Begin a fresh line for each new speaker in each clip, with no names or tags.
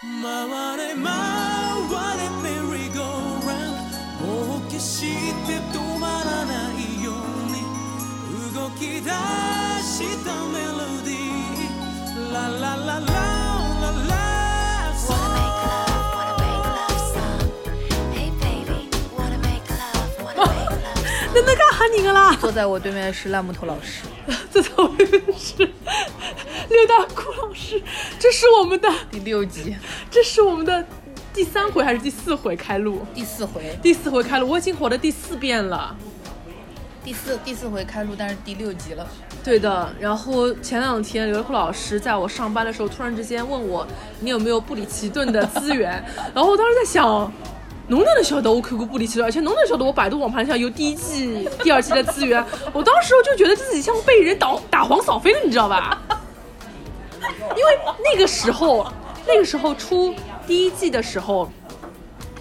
回れ回れメリーゴーランドもう決して止まらないように動き出したメロディーララララララ
Wanna make love, wanna make love song. Hey baby, wanna make love, wanna make love song.
真的干哈尼个啦？
坐在我对面是烂木头老 师，
这怎么是六大姑老师？这是我们的，
第六集
这是我们的第三回还是第四回开录？
第四回，
第四回开录，我已经活到第四遍了。
第四第四回开录，但是第六集了。
对的，然后前两天刘库老师在我上班的时候，突然之间问我，你有没有布里奇顿的资源？然后我当时在想，侬哪能晓得我看过布里奇顿？而且侬哪能晓得我百度网盘上有第一季、第二季的资源？我当时就觉得自己像被人打打黄扫飞了，你知道吧？因为那个时候，那个时候出第一季的时候，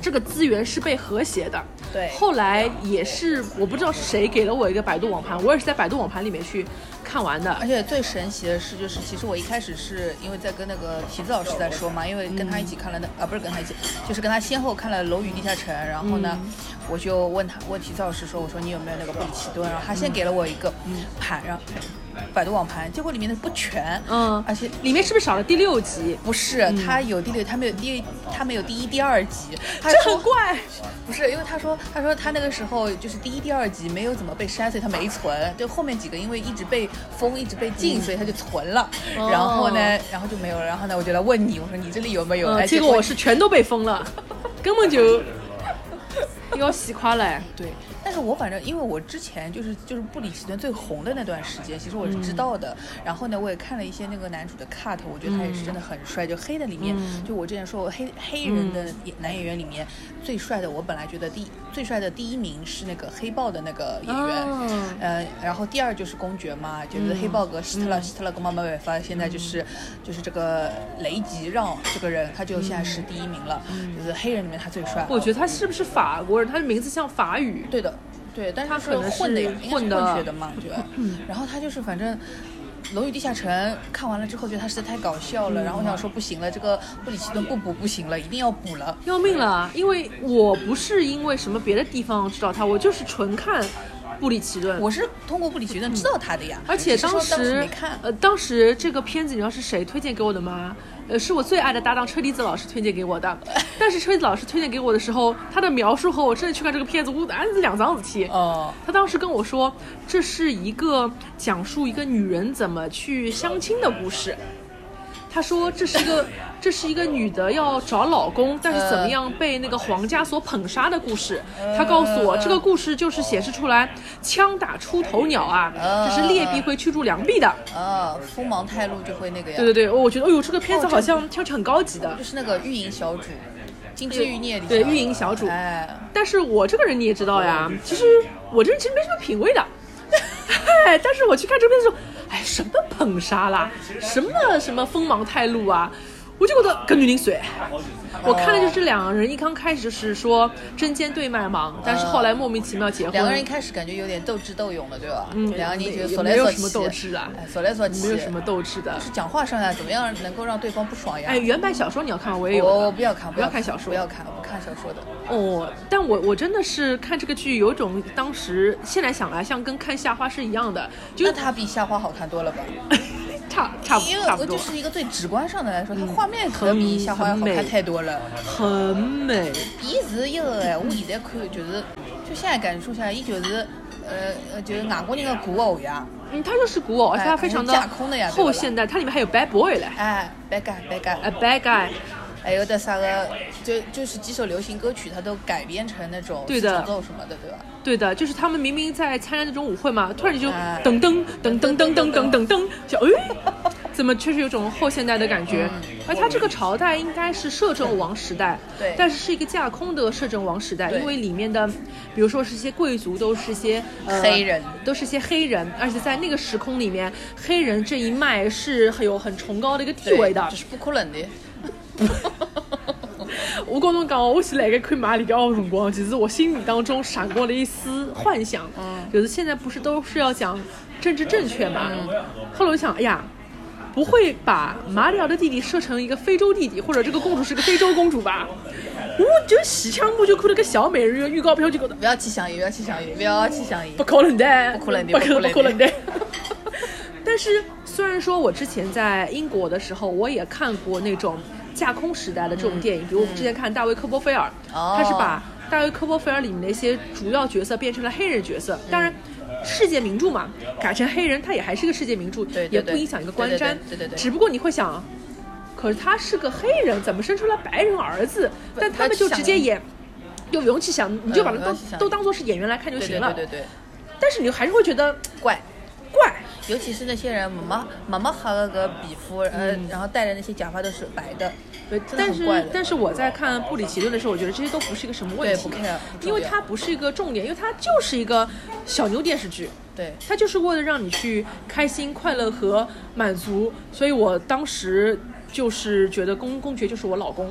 这个资源是被和谐的。
对
后来也是我不知道是谁给了我一个百度网盘，我也是在百度网盘里面去看完的
而。且最神奇的是，就是其实我一开始是因为在跟那个提子老师在说嘛，因为跟他一起看了那、啊不是跟他一起，就是跟他先后看了《楼宇地下城》，然后呢，我就问他问提子老师说，我说你有没有那个布里奇顿？然后他先给了我一个盘，然后百度网盘，结果里面的不全，
嗯，
而且
里面是不是少了第六集？
不是，他有第六，他没有第，他没有第一、第二集，他
这
说
很怪，
不是，因为他说，他说他那个时候就是第一、第二集没有怎么被删，所以他没存。就后面几个因为一直被封，一直被禁，所以他就存了。然后呢，然后就没有了。然后呢，我就来问你，我说你这里有没有？哎
嗯，结果我是全都被封了，根本 就要洗垮了。
对，但是我反正因为我之前就是就是布里奇顿最红的那段时间，其实我是
嗯
知道的。然后呢，我也看了一些那个男主的 cut，我觉得他也是
嗯
真的很帅。就黑的里面，就我之前说过黑黑人的
嗯
演男演员里面、最帅的，我本来觉得第最帅的第一名是那个黑豹的那个演员，
哦嗯
呃，然后第二就是公爵嘛，就是黑豹哥希特勒，希特勒跟妈妈尾发，现在就是、就是这个雷吉让这个人，他就现在是第一名了，就是黑人里面他最帅。
嗯我觉得他是不是法国人？他的名字像法语。
对的，对，但是
他
是
可能
混的
是
呀，应该是
混
混
的
血的嘛，我觉 得。然后他就是反正。《楼宇地下城》看完了之后，觉得他实在太搞笑了，然后我想说不行了，这个布里奇顿不补不行了，一定要补了。
要命了！因为我不是因为什么别的地方知道他，我就是纯看布里奇顿。
我是通过布里奇顿知道他的呀，
而且
只是说
当
当
时
没看，
呃，当时这个片子你知道是谁推荐给我的吗？呃，是我最爱的搭档车厘子老师推荐给我 的。但是车厘子老师推荐给我的时候，他的描述和我真的去看这个片子，我俺是两桩事体。
哦，
他当时跟我说，这是一个讲述一个女人怎么去相亲的故事。他说这是一个，这是一个女的要找老公，但是怎么样被那个皇家所捧杀的故事。他告诉我，这个故事就是显示出来，枪打出头鸟啊，这是劣币会驱逐良币的。
啊，锋芒太露就会那个呀，
对对对，我觉得，哎呦，这个片子好像听起来很高级的
就。是那个御营小主，《金枝欲孽》里
对
面
御营小主
哎，
但是我这个人你也知道呀，其实我这人其实没什么品味的。 哎但是我去看这个片子的时候，哎，什么捧杀啦，什么什么锋芒太露啊，我就觉得跟女零水。我看了就是这两个人，一刚开始就是说针尖对麦芒，但是后来莫名其妙结婚。
两个人一开始感觉有点斗智斗勇了，对吧？
嗯
两个人就
也
所
没
来
有
所
什么
去
斗志啊
哎所来所去，
没有什么斗志的。
是讲话上呀，怎么样能够让对方不爽呀？哦
哎，原版小说你要看吗？我也有的。
我不要看，
不
要
看小说，
不要看，我不看小说的。
哦，但我我真的是看这个剧，有一种当时现在想来，像跟看夏花是一样的，就
那
是
它比夏花好看多了吧？
差差不
因为
差
我
不
就
多，嗯
是一个最直观上的来说，它画面可能比夏花要好
很
看
美
太多了。
很美。
伊是一个哎，我现在看就是，就现在感受下来，伊就是呃呃，就是外国人的古偶呀，
嗯，它就是古偶，而且它非常的
哎架空的呀对吧
后现代，它里面还有 bad boy 嘞，
哎，白改白改，
哎 bad guy，
还有的啥个，就就是几首流行歌曲，它都改编成那种
对的
四重奏什么的，对吧？
对的，就是他们明明在参加那种舞会嘛，突然就
哎
噔噔噔噔噔噔噔噔噔，就哎，怎么确实有种后现代的感觉？而它这个朝代应该是摄政王时代，
嗯对
但是是一个架空的摄政王时代，
对
因为里面的，比如说是一些贵族，都是一些、呃
黑人
都是些黑人，而且在那个时空里面，黑人这一脉是很有很崇高的一个地位的
就。是不可能的。
我跟侬讲哦，我是来个看马里奥的辰光，其实我心里当中闪过了一丝幻想，就是现在不是都是要讲政治正确嘛？后来我想，哎呀，不会把马里奥的弟弟设成一个非洲弟弟，或者这个公主是个非洲公主吧？我觉得西腔部就哭了个小美人鱼，预告片就觉得
不要去想伊，不要去想伊，不要去想伊。
不可能的，
不可能的
不可不
不可
可
能
能
的
的。 但是虽然说我之前在英国的时候，我也看过那种架空时代的这种电影，比如我们之前看大卫科波菲尔，
嗯哦
他是把大卫科波菲尔里面的一些主要角色变成了黑人角
嗯
色，当然。世界名著嘛，改成黑人，他也还是个世界名著，
对对
也
对
不影响一个观瞻。
对对对对对
只不过你会想，可是他是个黑人，怎么生出来白人儿子？但他们就直接演，就不用去想，你就把他
不
当
用嗯去想
都当做是演员来看就
对
行
对
了。
对对对，
但是你还是会觉得
怪。
怪。
尤其是那些人，妈妈妈妈哈个个皮肤，呃，
嗯
然后戴的那些假发都是白的，
对，
真的
但
很怪
是
的
但是我在看布里奇顿的时候，我觉得这些都不是一个什么问
对
题
不 care，不重要
因为它不是一个重点，因为它就是一个小妞电视剧，
对，
它就是为了让你去开心、快乐和满足。所以我当时就是觉得公公爵就是我老公，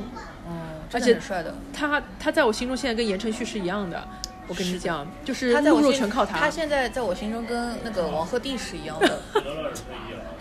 嗯，
而
真的
且
很帅的。
他他在我心中现在跟言承旭是一样的。我跟你讲，就是
他在
路
我
入
心
全靠
他现在在我心中跟那个王鹤棣是一样的，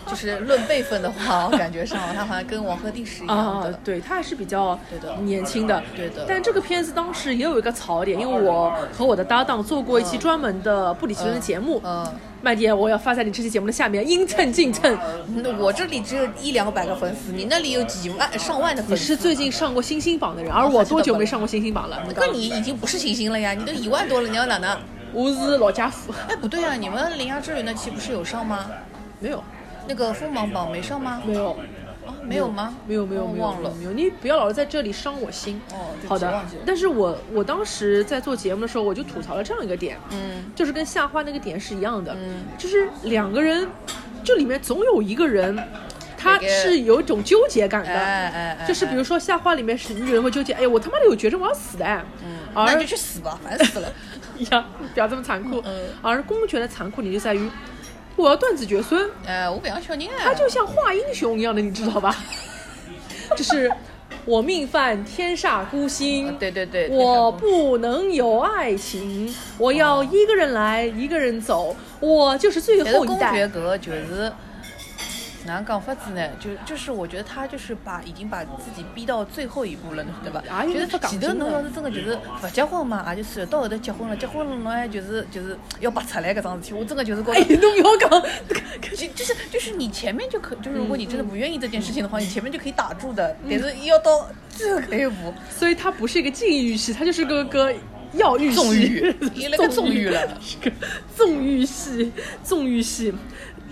就是论辈分的话，我感觉上他好像跟王鹤棣是一样
啊
的。，
对他还是比较
对的
年轻的，
对的
但这个片子当时也有一个槽点，因为我和我的搭档做过一期专门的布里奇顿的节目，
嗯，
麦迪，我要发在你这期节目的下面，应蹭尽蹭。
嗯那我这里只有一两百个粉丝，你那里有几万上万的粉
你
丝。
是最近上过星星榜的人，而我多久没上过星星榜了？
那你已经不是星星了呀，你都一万多了，你要哪能？
我是老家府，
哎，不对啊，你们《铃芽之旅》那期不是有上吗？
没有，
那个锋芒榜没上吗？
没有，
啊，没有吗？
没有没有
哦
没有
忘了
没。有，你不要老是在这里伤我心。
哦对不起
好的
忘记了。
但是我我当时在做节目的时候，我就吐槽了这样一个点，啊
嗯，
就是跟夏花那个点是一样的，
嗯
就是两个人，这里面总有一个人，他
那个
是有一种纠结感的。
哎哎哎，
就是比如说夏花里面是女人会纠结，哎呀，我他妈的有绝症，我要死的。嗯
哎，那
而
就去死吧，烦死了。
呀， 不要这么残酷。
嗯
而公爵的残酷点就在于，我要断子绝孙，
哎，我不要小人啊。
他就像画英雄一样的，你知道吧？ 就是我命犯天煞孤星，
啊对对对
我不能有爱情，我
哦
要一个人来，一个人走，我就是最
但是
后一
公爵
代。
格就是哪能讲法子呢？就就是我觉得他就是把已经把自己逼到最后一步了，侬晓得吧？
哎呦
就是
不讲
前
究
头
的
侬要是真的就是不结婚嘛，啊也就算了；到后头结婚了，结婚了侬还就是就是要拔出来搿桩事体，我真的就是觉
哎
得。，
侬不要讲，
就就是就是你前面就可
嗯
就是如果你真的不愿意这件事情的话，你前面就可以打住的，但是要到最后搿一步，
所以它不是一个禁欲系，它就是个个药欲系
纵欲伊拉个纵欲了
是个纵欲系，纵欲系。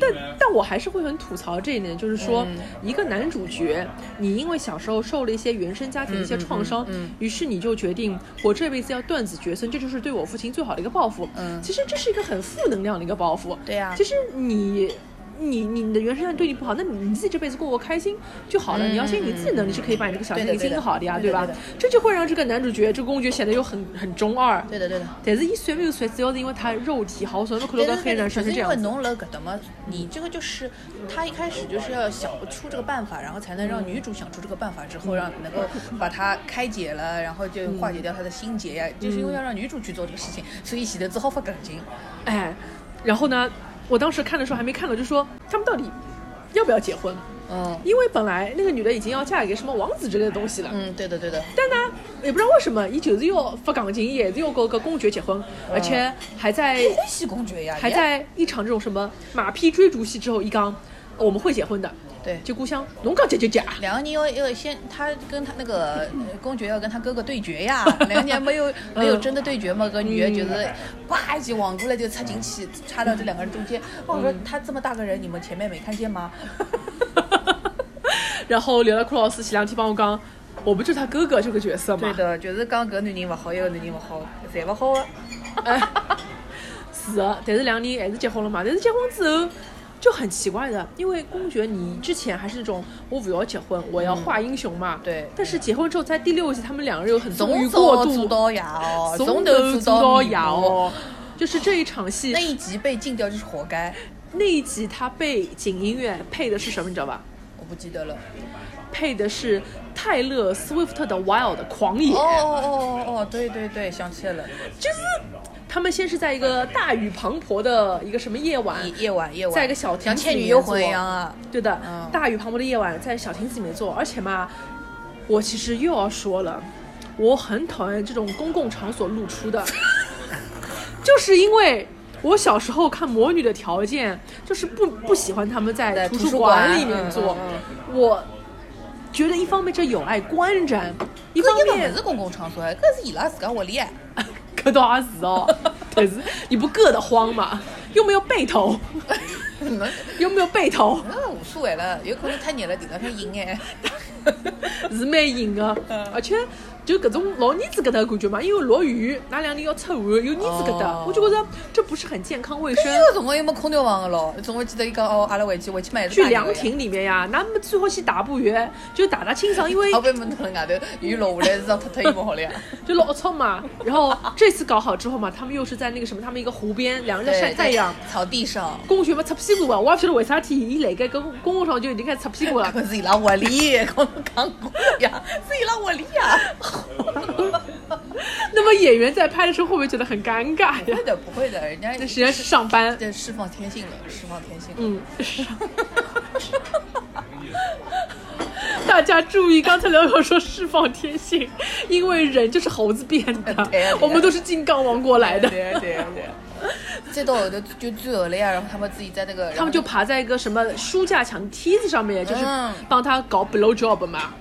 但但我还是会很吐槽这一点，就是说，
嗯
一个男主角，你因为小时候受了一些原生家庭的一些创伤，
嗯
于是你就决定我这辈子要断子绝孙，这就是对我父亲最好的一个报复。
嗯
其实这是一个很负能量的一个报复。
对啊
其实你。你你的原生家庭对你不好，那你你自己这辈子过过开心就好
嗯
了。你要相信你自己能力是可以把你这个小
对
家
的
庭经营好的呀，
对的
吧
对的？
这就会让这个男主角这个公爵显得又很很中二。
对的对的。
但是伊帅没有帅，主要是因为他肉体好，所以看到
对
个
对
黑
对，
人
就
帅
是
成这
因为
样子。
侬了搿搭嘛，你这个就是他一开始就是要想出这个办法，然后才能让女主想出这个办法之后，让能够把它开解了，然后就化解掉他的心结呀，就是因为要让女主去做这个事情，所以前头只好发感情。
哎，然后呢，我当时看的时候还没看到，就说他们到底要不要结婚？
嗯
因为本来那个女的已经要嫁给什么王子之类的东西了，
嗯，对的对的，
但呢，也不知道为什么，伊就是要发钢琴，也是要跟个公爵结婚，而且还在
欢喜公爵呀，
还
也
在一场这种什么马屁追逐戏之后，一刚我们会结婚的，
对。
就故乡侬讲结就结啊。
两个人要要先，他跟他那个呃公爵要跟他哥哥对决 呀，两个人没有没有真的对决嘛，个女的
嗯
就是叭一记网过来就插进去，插到这两个人中间。
嗯
我说他这么大个人，你们前面没看 见吗？
然后刘德库老师前两天帮我讲，我不就是他哥哥这个角色嘛
对，的，就是讲搿男人勿好，一个男人勿好，侪勿好的。啊
是的，但是两个人还是结婚了嘛。但是结婚之后就很奇怪的，因为公爵你之前还是那种我不要结婚，我要画英雄嘛。
嗯对
但是结婚之后，在第六集他们两个人又很纵
从
欲过
早做
度，
到夜哦，从
从
头
头
做
到
到
尾
尾
哦。就是这一场戏
那，一集被禁掉就是活该，
那一集他背景音乐配的是什么，你知道吧？
我不记得 了。
配的是泰勒·斯威夫特的《Wild》狂野。
哦哦哦哦哦哦，对对对，想起来了。
就是他们先是在一个大雨滂沱的一个什么夜晚，
夜夜晚夜晚，
在一个小亭
像《
子
倩
里
女
面
幽魂》
做
一样啊。
对的，
嗯
大雨滂沱的夜晚，在小亭子里面坐，而且嘛，我其实又要说了，我很讨厌这种公共场所露出 的，就是因为。我小时候看《魔女》的条件就是不不喜欢他们在
在
图
图
书
书馆
里面
嗯
坐，
嗯
我觉得一方面这有碍观瞻，一
搿
方
一
面
个勿是公共场所，搿是伊拉自家屋 里哎。
硌到死哦，但是你不硌得慌嘛？又没有被头，
侬
又没有被头，
那无所谓了，有可能太热了，地浪向阴哎。
是蛮硬的，而且就搿种老腻子搿搭的感觉嘛，因为落雨，㑚两个要出汗，有腻子搿搭
哦，哎
我就觉着这不是很健康 卫生。
那个辰光又没空调房个咯，总归记得伊讲哦，阿拉回去回去买一
去凉。亭里面呀，那么最好去打部员，就打打清爽，因为
老板们蹲辣外头，雨落下来是让脱脱衣服好 了呀。
就老臭嘛。然后这次搞好之后嘛，他们又是在那个什么，他们一个湖边，两个人在晒太阳。，
草 地上，
公学嘛擦屁股啊，我也不晓得为啥体，伊辣盖跟公共上就已经开始擦屁股了。
搿啊是伊拉屋里，跟 我讲过呀，是伊拉啊屋里 呀。
那么演员在拍的时候会不会觉得很尴尬
不
呀
会？的，不会的，人家
那实际上是上班，
这释放天性了，释放天性了。
嗯，是。大家注意，刚才聊到说释放天性，因为人就是猴子变的
对呀对呀，
我们都是金刚王国来的。
对啊对
啊
对。 再到后头就最后了呀，然后他们自己在那个，
他们就爬在一个什么书架墙梯子上面，就是
嗯
帮他搞 blow job 嘛。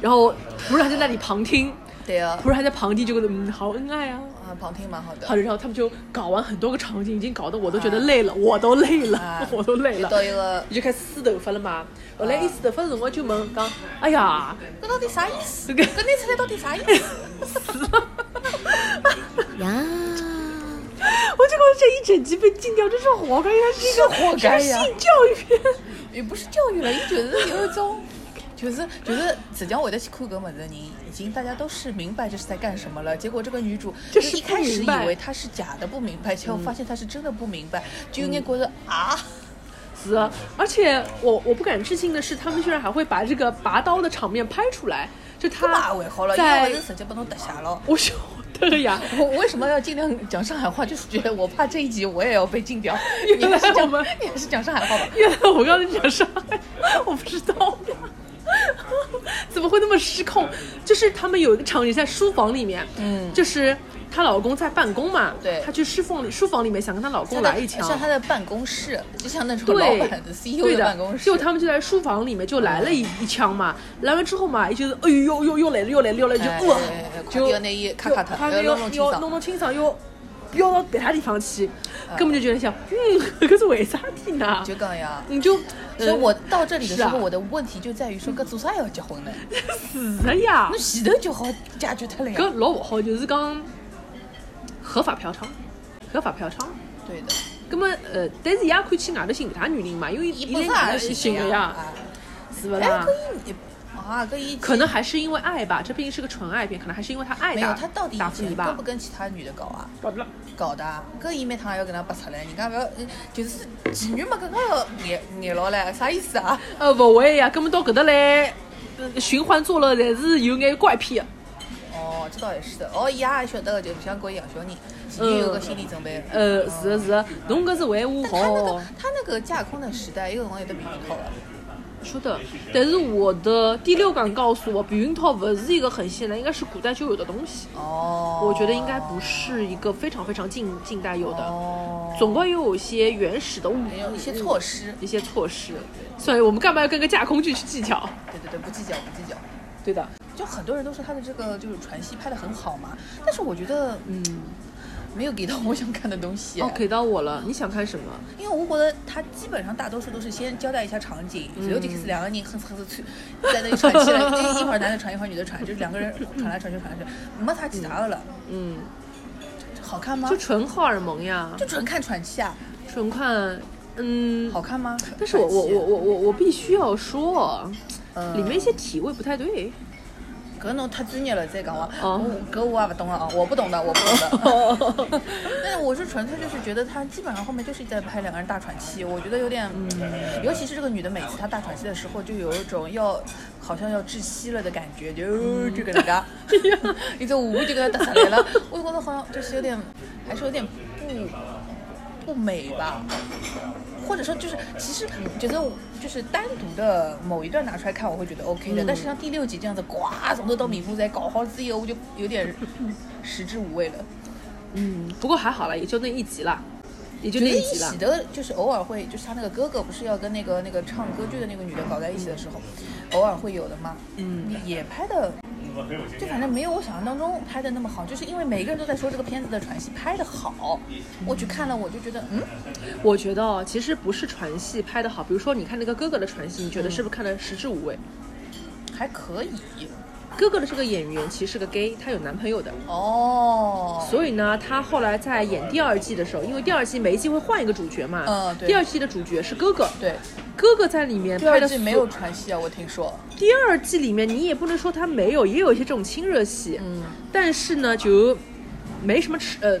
然后仆人还在那里旁听，
对啊
仆，人还在旁听，就觉得嗯好恩爱啊。
啊旁听蛮好的
好。的，然后他们就搞完很多个场景，已经搞得我都觉得累了，我都累了，
啊
我都累
就
了。
到一个，
伊就开始梳头发了嘛。后
啊
来伊梳头发的辰光就问讲，哎 呀，
搿到底啥意思？
这个
搿拿出来到底啥意思？
我就觉得这一整集被禁掉，真是活该呀，这是一个
是活该呀
是性教育片。
也不是教育了，伊就是有一种，就是就是，实际上会得去看搿物事的人，已经大家都是明白这是在干什么了。结果这个女主
就
就是一开
不
始
明
以
白
为她是假的不明白，结果发现她是真的不明白，就有眼觉得 啊，
是，啊而且我我不敢置信的是，他们居然还会把这个拔刀的场面拍出来，就
搿嘛
他
也还好了，因
在
为勿是直接把侬打瞎了。
我 晓得呀。
我我为什么要尽量讲上海话？就是觉得我怕这一集我也要被禁掉。 你
原来
还是
我
讲
们
你还是讲上海话吧。
原来我刚才讲上海，我不知道呀，怎么会那么失控？就是他们有一个场景在书房里面，嗯，就是她老公在办公嘛，
对
她去书房里书房里面想跟她老公
像
来
他
一枪，
像他的办公室，就像那种
对，
老板的 CEO
对
的
的
办公室，
结果他们就在书房里面就来了一一枪嘛，来完之后嘛，也就是哎呦又又又来了又来了又来了，
哎
就哇
哎哎哎，
就
快点那一咔咔
就
它
快点要
要弄弄清
要
爽
弄弄清爽又飙到别的地方去，根本就觉得想，嗯，可是为啥体呢？
就讲呀。
你就，
所以我到这里的时
嗯是
候，
啊
我的问题就在于说，搿做啥要结婚呢？
死了呀
侬！前头就好解决脱了呀。
搿老勿好，就是讲合法嫖娼，合法嫖娼。
对的，
葛么，呃，但是伊也看去外头寻其他女人嘛，因为
伊
伊
不
在
是
外
也
头
是
寻
的
个呀，
啊
是不
哎，
啦
搿？伊啊，搿伊
可能还是因为爱吧，这毕竟是个纯爱片，可能还是因为他爱
没有
打
他到底
打
以
服你
前
吧
跟不。跟其他女的搞啊？
搞不了，
搞的啊，搿伊每趟要跟他拔出来，人家勿要，嗯就是妓女嘛，搿个要眼眼牢唻，啥意思啊？
呃，不会呀，根本到搿搭来呃循环做了，侪是有眼怪癖的。
哦，这倒也是的，哦，伊也晓得个，就不想跟伊养小人，妓女有个心理准备。嗯
呃，是的，是的，侬搿是为我
但他那个
好，
他那个架空的时代，有辰光有得避孕套了。
晓得。但是我的第六感告诉我，避孕套勿是一个很现代，应该是古代就有的东西。
哦，
我觉得应该不是一个非常非常近近代有的，
哦，
总归有一些原始的物
有一些措施。
一些措施。所以我们干嘛要跟个架空剧去计较？
对对对，不计较不计较。
对的，
就很多人都说他的这个就是传戏拍的很好嘛，但是我觉得嗯，没有给到我想看的东西。啊
哦，给到我了。你想看什么？
因为我觉得他基本上大多数都是先交代一下场景，
嗯
然后就开始两个人哼哧哼哧去在那里喘 气了，一一会儿男的传，一会儿女的传，就是两个人传来传去传来传去，没啥其他的了。
嗯，
好看吗
就？纯荷尔蒙呀，
就纯看喘气啊，
纯看，嗯
好。看吗？
但是我我
喘气
我我我我必须要说，
呃
里面一些体味不太对。
搿侬太专业了，再讲伐？
哦
我搿我也勿懂了啊，我不懂的，我 不懂的。 但是我是纯粹就是觉得他基本上后面就是在拍两个人大喘气，我觉得有点，尤其是这个女的每次她大喘气的时候，就有一种要好像要窒息了的感觉，就就搿能介，一只下巴就搿能搭出来了，我就觉得好像就是有点还是有点不不美吧。或者说就是，其实我觉得就是单独的某一段拿出来看，我会觉得 OK 的。但是像第六集这样子，呱，从头到尾部在搞好自由，我就有点食之无味了。
嗯，不过还好了，也就那一集了，也就
觉
那
得一
集了
起。的，就是偶尔会，就是他那个哥哥不是要跟那个那个唱歌剧的那个女的搞在一起的时候，偶尔会有的嘛。
嗯，
也拍的，就反正没有我想象当中拍的那么好，就是因为每个人都在说这个片子的传戏拍的好，我去看了我就觉得，嗯，
我觉得哦，其实不是传戏拍的好，比如说你看那个哥哥的传戏，你觉
嗯
得是不是看的食之无味？
还可以
哥哥的这个演员其实是个 gay，他有男朋友的，
哦。
所以呢，他后来在演第二季的时候，因为第二季每一季会换一个主角嘛，
嗯对
第二季的主角是哥哥，
对，
哥哥在里面
第
拍
二
的
季没有传戏啊，我听说。
第二季里面你也不能说他没有，也有一些这种亲热戏，
嗯，
但是呢，就没什么尺，呃，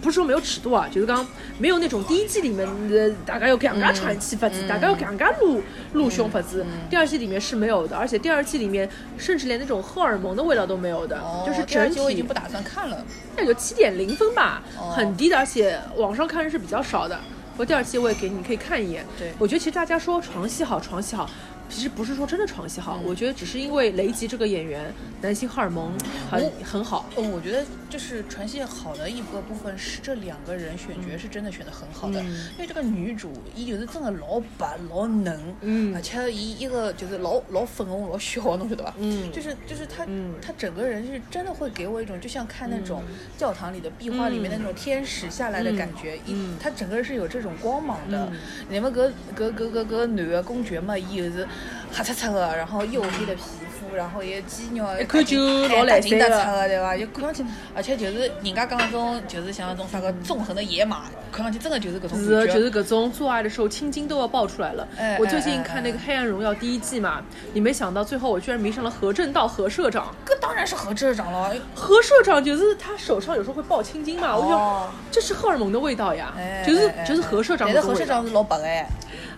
不是说没有尺度啊，就是讲没有那种第一季里面呃，大家有搿能介喘气法子，
嗯
大家有搿能介露露胸法子，第二季里面是没有的，而且第二季里面甚至连那种荷尔蒙的味道都没有的，
哦，
就是
第二
整
季我已经
体
不打算看了。
那就七点零分吧，
哦
很低的，而且网上看是比较少的。我第二期我也给你，你可以看一眼。
对
我觉得其实大家说床戏好，床戏好，其实不是说真的床戏好，
嗯
我觉得只是因为雷吉这个演员男性荷尔蒙很、
我
很好。
哦，我觉得就是传戏好的一个部分是这两个人选角是真的选的很好的，因为这个女主伊就是真的老白老嫩，
嗯
而且伊一个就是老老粉红老小，侬晓得吧？
嗯
就是就是她
嗯
她整个人是真的会给我一种就像看那种教堂里的壁画里面那种天使下来的感觉，一
嗯
她整个人是有这种光芒的
嗯。
你们搿搿搿搿搿男的公爵嘛，伊又是黑擦擦的，然后黝黑的皮肤，然后也肌肉，
一看就老
来
来塞的
个对
嗯
伐？就看上去，而且就是人家讲那种，就是像那种啥个纵横的野马，看上去真的就是搿种
是，啊
感
就
觉。
是各种做爱的时候青筋都要爆出来了。
哎
我
哎
最近
哎
看
哎
那个《黑暗荣耀》第一季嘛，你没想到最后我居然迷上了何正道何社长。
搿当然是何社长了，
何社长就是他手上有时候会爆青筋嘛，我就
哦
想这是荷尔蒙的味道呀，
哎
就是
哎哎
就是何社长
但
的
是
味道。
何社长是老白哎，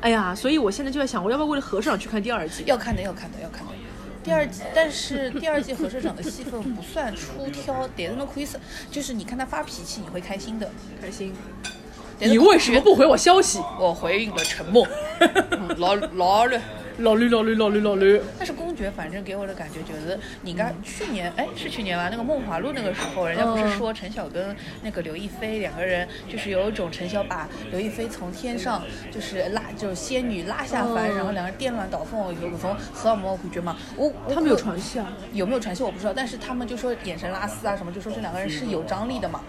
哎呀，所以我现在就在想，我要不要为了和尚去看第二季？
要看的要看的要看的。第二季，但是第二季何社长的戏份不算出挑，但是侬可以是，就是你看他发脾气，你会开心的。
开心。
但是
你为什么不回我消息？
我回应了沉默， 嗯老老了。
老驴老驴老驴老驴，
但是公爵反正给我的感觉就是，你刚
嗯
去年哎是去年吧，那个梦华录那个时候，人家不是说陈晓跟那个刘亦菲两个人，就是有一种陈晓把刘亦菲从天上就是拉就是仙女拉下凡，
嗯
然后两个人颠鸾倒凤，有种荷尔蒙感觉嘛。我我
他们有传戏啊？
有没有传戏我不知道，但是他们就说眼神拉丝啊什么，就说这两个人是有张力的嘛。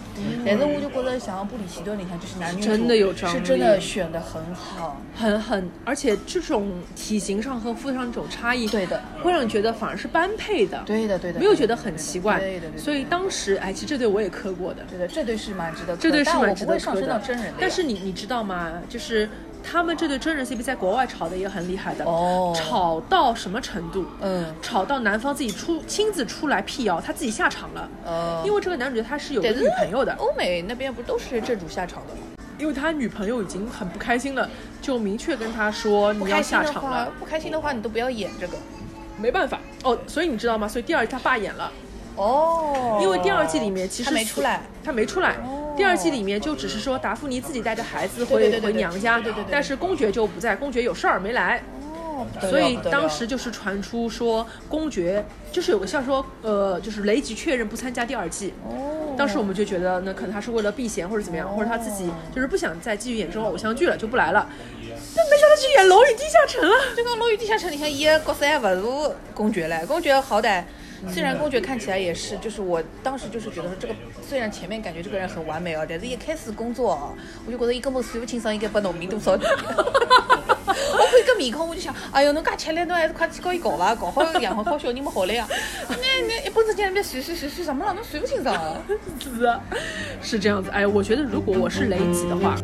但是我就觉得像布里奇顿里面就是男女
嗯
主
真的有张力
是真的选的很好。
很很，而且这种体型上和肤色上这种差异，
对的，
会让你觉得反而是般配的，
对的对的，
没有觉
对
得
的
很
对的
奇怪。
对的对的。
所以当时，哎，其实这对我也磕过的，
对的，这对是蛮值得磕的，
这对是
但
蛮
我
值
不
得
会上
磕
升到
的。
真人的呀。
但是你你知道吗？就是他们这对真人 CP 在国外炒的也很厉害的，
哦
炒到什么程度？
嗯
吵到男方自己出亲自出来辟谣，他自己下场了。
呃，
因为这个男主角他是有个
但是
女朋友的，
欧美那边不都是正主下场的吗？
因为他女朋友已经很不开心了，就明确跟他说
不
你要
开心
下
的
场
话
了，，
不开心的话你都不要演这个。
没办法哦。所以你知道吗？所以第二季他罢演了，
哦，
因为第二季里面其实
他没出来，
他没出来
哦。
第二季里面就只是说达芙妮自己带着孩子
对
回
对对对
回
对
娘家
对对对对，对
但是公爵就不在，公爵有事儿没来。
哦，不得
所
了
以
不得了
当时就是传出说公爵就是有个像说呃就是雷吉确认不参加第二季，
哦，
当时我们就觉得，那可能他是为了避嫌或者怎么样，或者他自己就是不想再继续演这种偶像剧了，就不来了。但没想到去演《龙与地下城》了。
就讲《落雨地下城》里向，伊个角色还不如公爵嘞。公爵好歹，虽然公爵看起来也是，就是我当时就是觉得说这个，虽然前面感觉这个人很完美哦，但是一开始工作哦，我就觉得伊根本算不清爽应该拨农民多少钱。 我看搿面孔，我就想，哎哟，侬介吃力，侬还是快去搞伊搞伐，搞好养活好小人们好了呀。 那那一本正经在那边算算算算什么了，侬算不清爽啊。
是啊是这样子。哎，我觉得如果我是雷吉的话，